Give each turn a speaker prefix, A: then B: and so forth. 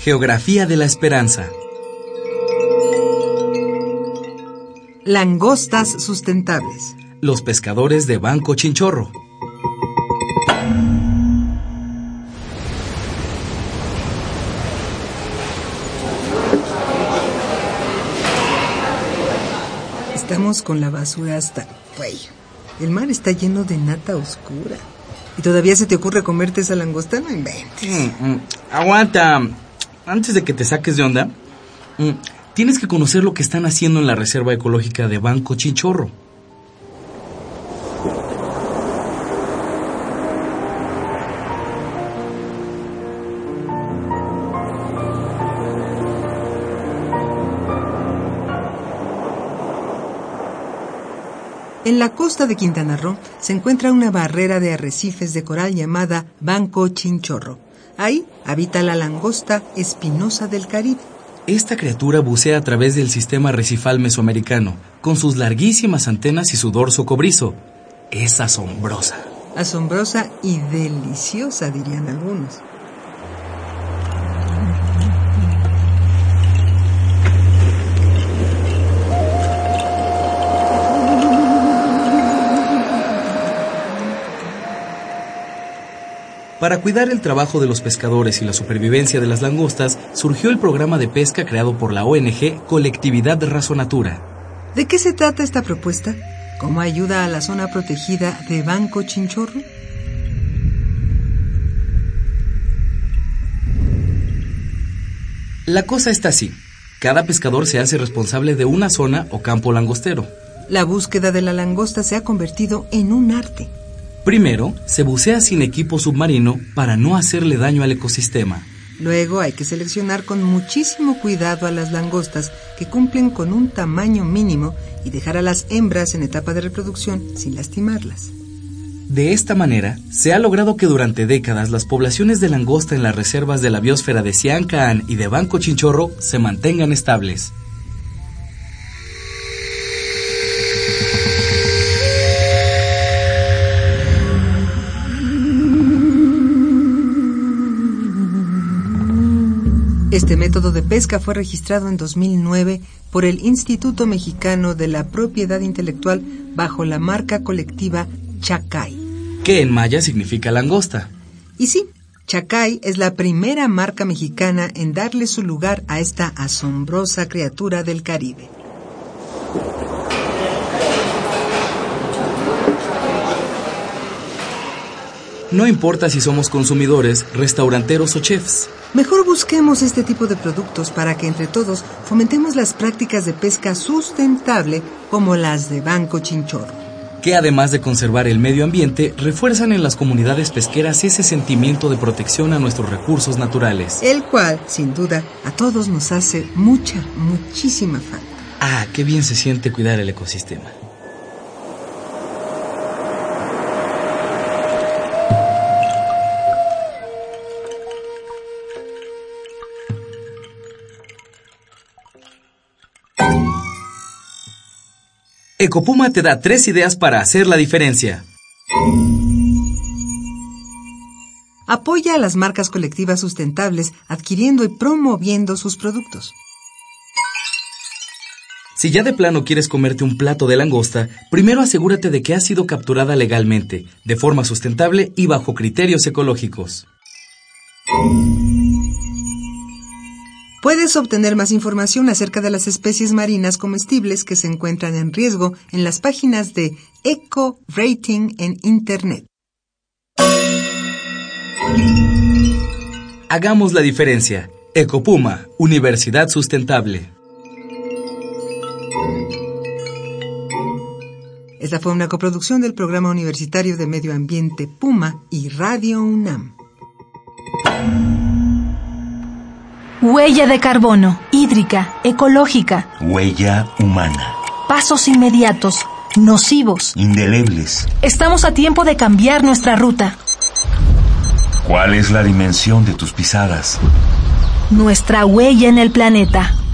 A: Geografía de la Esperanza.
B: Langostas sustentables.
A: Los pescadores de Banco Chinchorro.
B: Estamos con la basura hasta el cuello. El mar está lleno de nata oscura. ¿Y todavía se te ocurre comerte esa langosta? No inventes.
A: Mm, mm. Aguanta. Antes de que te saques de onda, mm, tienes que conocer lo que están haciendo en la Reserva Ecológica de Banco Chinchorro.
B: En la costa de Quintana Roo se encuentra una barrera de arrecifes de coral llamada Banco Chinchorro. Ahí habita la langosta espinosa del Caribe.
A: Esta criatura bucea a través del sistema recifal mesoamericano, con sus larguísimas antenas y su dorso cobrizo. Es asombrosa.
B: Asombrosa y deliciosa, dirían algunos.
A: Para cuidar el trabajo de los pescadores y la supervivencia de las langostas, surgió el programa de pesca creado por la ONG Colectividad Razonatura.
B: ¿De qué se trata esta propuesta? ¿Cómo ayuda a la zona protegida de Banco Chinchorro?
A: La cosa está así. Cada pescador se hace responsable de una zona o campo langostero.
B: La búsqueda de la langosta se ha convertido en un arte.
A: Primero, se bucea sin equipo submarino para no hacerle daño al ecosistema.
B: Luego hay que seleccionar con muchísimo cuidado a las langostas que cumplen con un tamaño mínimo y dejar a las hembras en etapa de reproducción sin lastimarlas.
A: De esta manera, se ha logrado que durante décadas las poblaciones de langosta en las reservas de la biosfera de Siancaán y de Banco Chinchorro se mantengan estables.
B: Este método de pesca fue registrado en 2009 por el Instituto Mexicano de la Propiedad Intelectual bajo la marca colectiva Chacay.
A: Que en maya significa langosta.
B: Y sí, Chacay es la primera marca mexicana en darle su lugar a esta asombrosa criatura del Caribe.
A: No importa si somos consumidores, restauranteros o chefs.
B: Mejor busquemos este tipo de productos para que entre todos fomentemos las prácticas de pesca sustentable como las de Banco Chinchorro.
A: que además de conservar el medio ambiente, refuerzan en las comunidades pesqueras ese sentimiento de protección a nuestros recursos naturales.
B: el cual, sin duda, a todos nos hace mucha, muchísima falta.
A: Ah, qué bien se siente cuidar el ecosistema. Ecopuma te da tres ideas para hacer la diferencia.
B: Apoya a las marcas colectivas sustentables adquiriendo y promoviendo sus productos.
A: Si ya de plano quieres comerte un plato de langosta, primero asegúrate de que ha sido capturada legalmente, de forma sustentable y bajo criterios ecológicos.
B: Puedes obtener más información acerca de las especies marinas comestibles que se encuentran en riesgo en las páginas de Eco Rating en Internet.
A: Hagamos la diferencia. Ecopuma, Universidad Sustentable.
B: Esta fue una coproducción del Programa Universitario de Medio Ambiente Puma y Radio UNAM.
C: Huella de carbono, hídrica, ecológica,
D: Huella humana.
C: pasos inmediatos, nocivos.
D: Indelebles.
C: Estamos a tiempo de cambiar nuestra ruta.
D: ¿Cuál es la dimensión de tus pisadas?
C: Nuestra huella en el planeta.